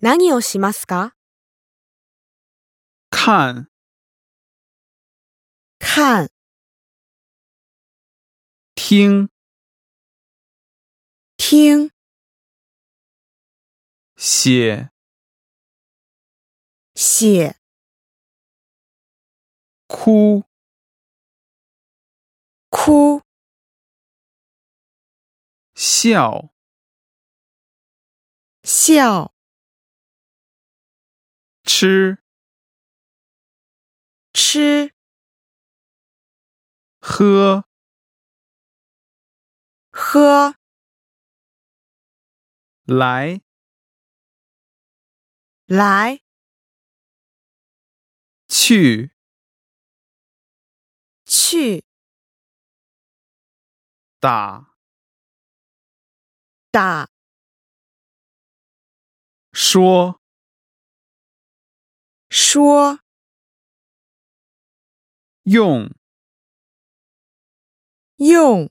何をしますか看、看、听、听、写、写、哭、哭、笑、笑、吃、吃、喝、喝、来、来、去、去、打、打、说、说、用。用。